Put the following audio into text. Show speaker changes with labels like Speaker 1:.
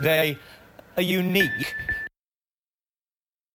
Speaker 1: They are unique.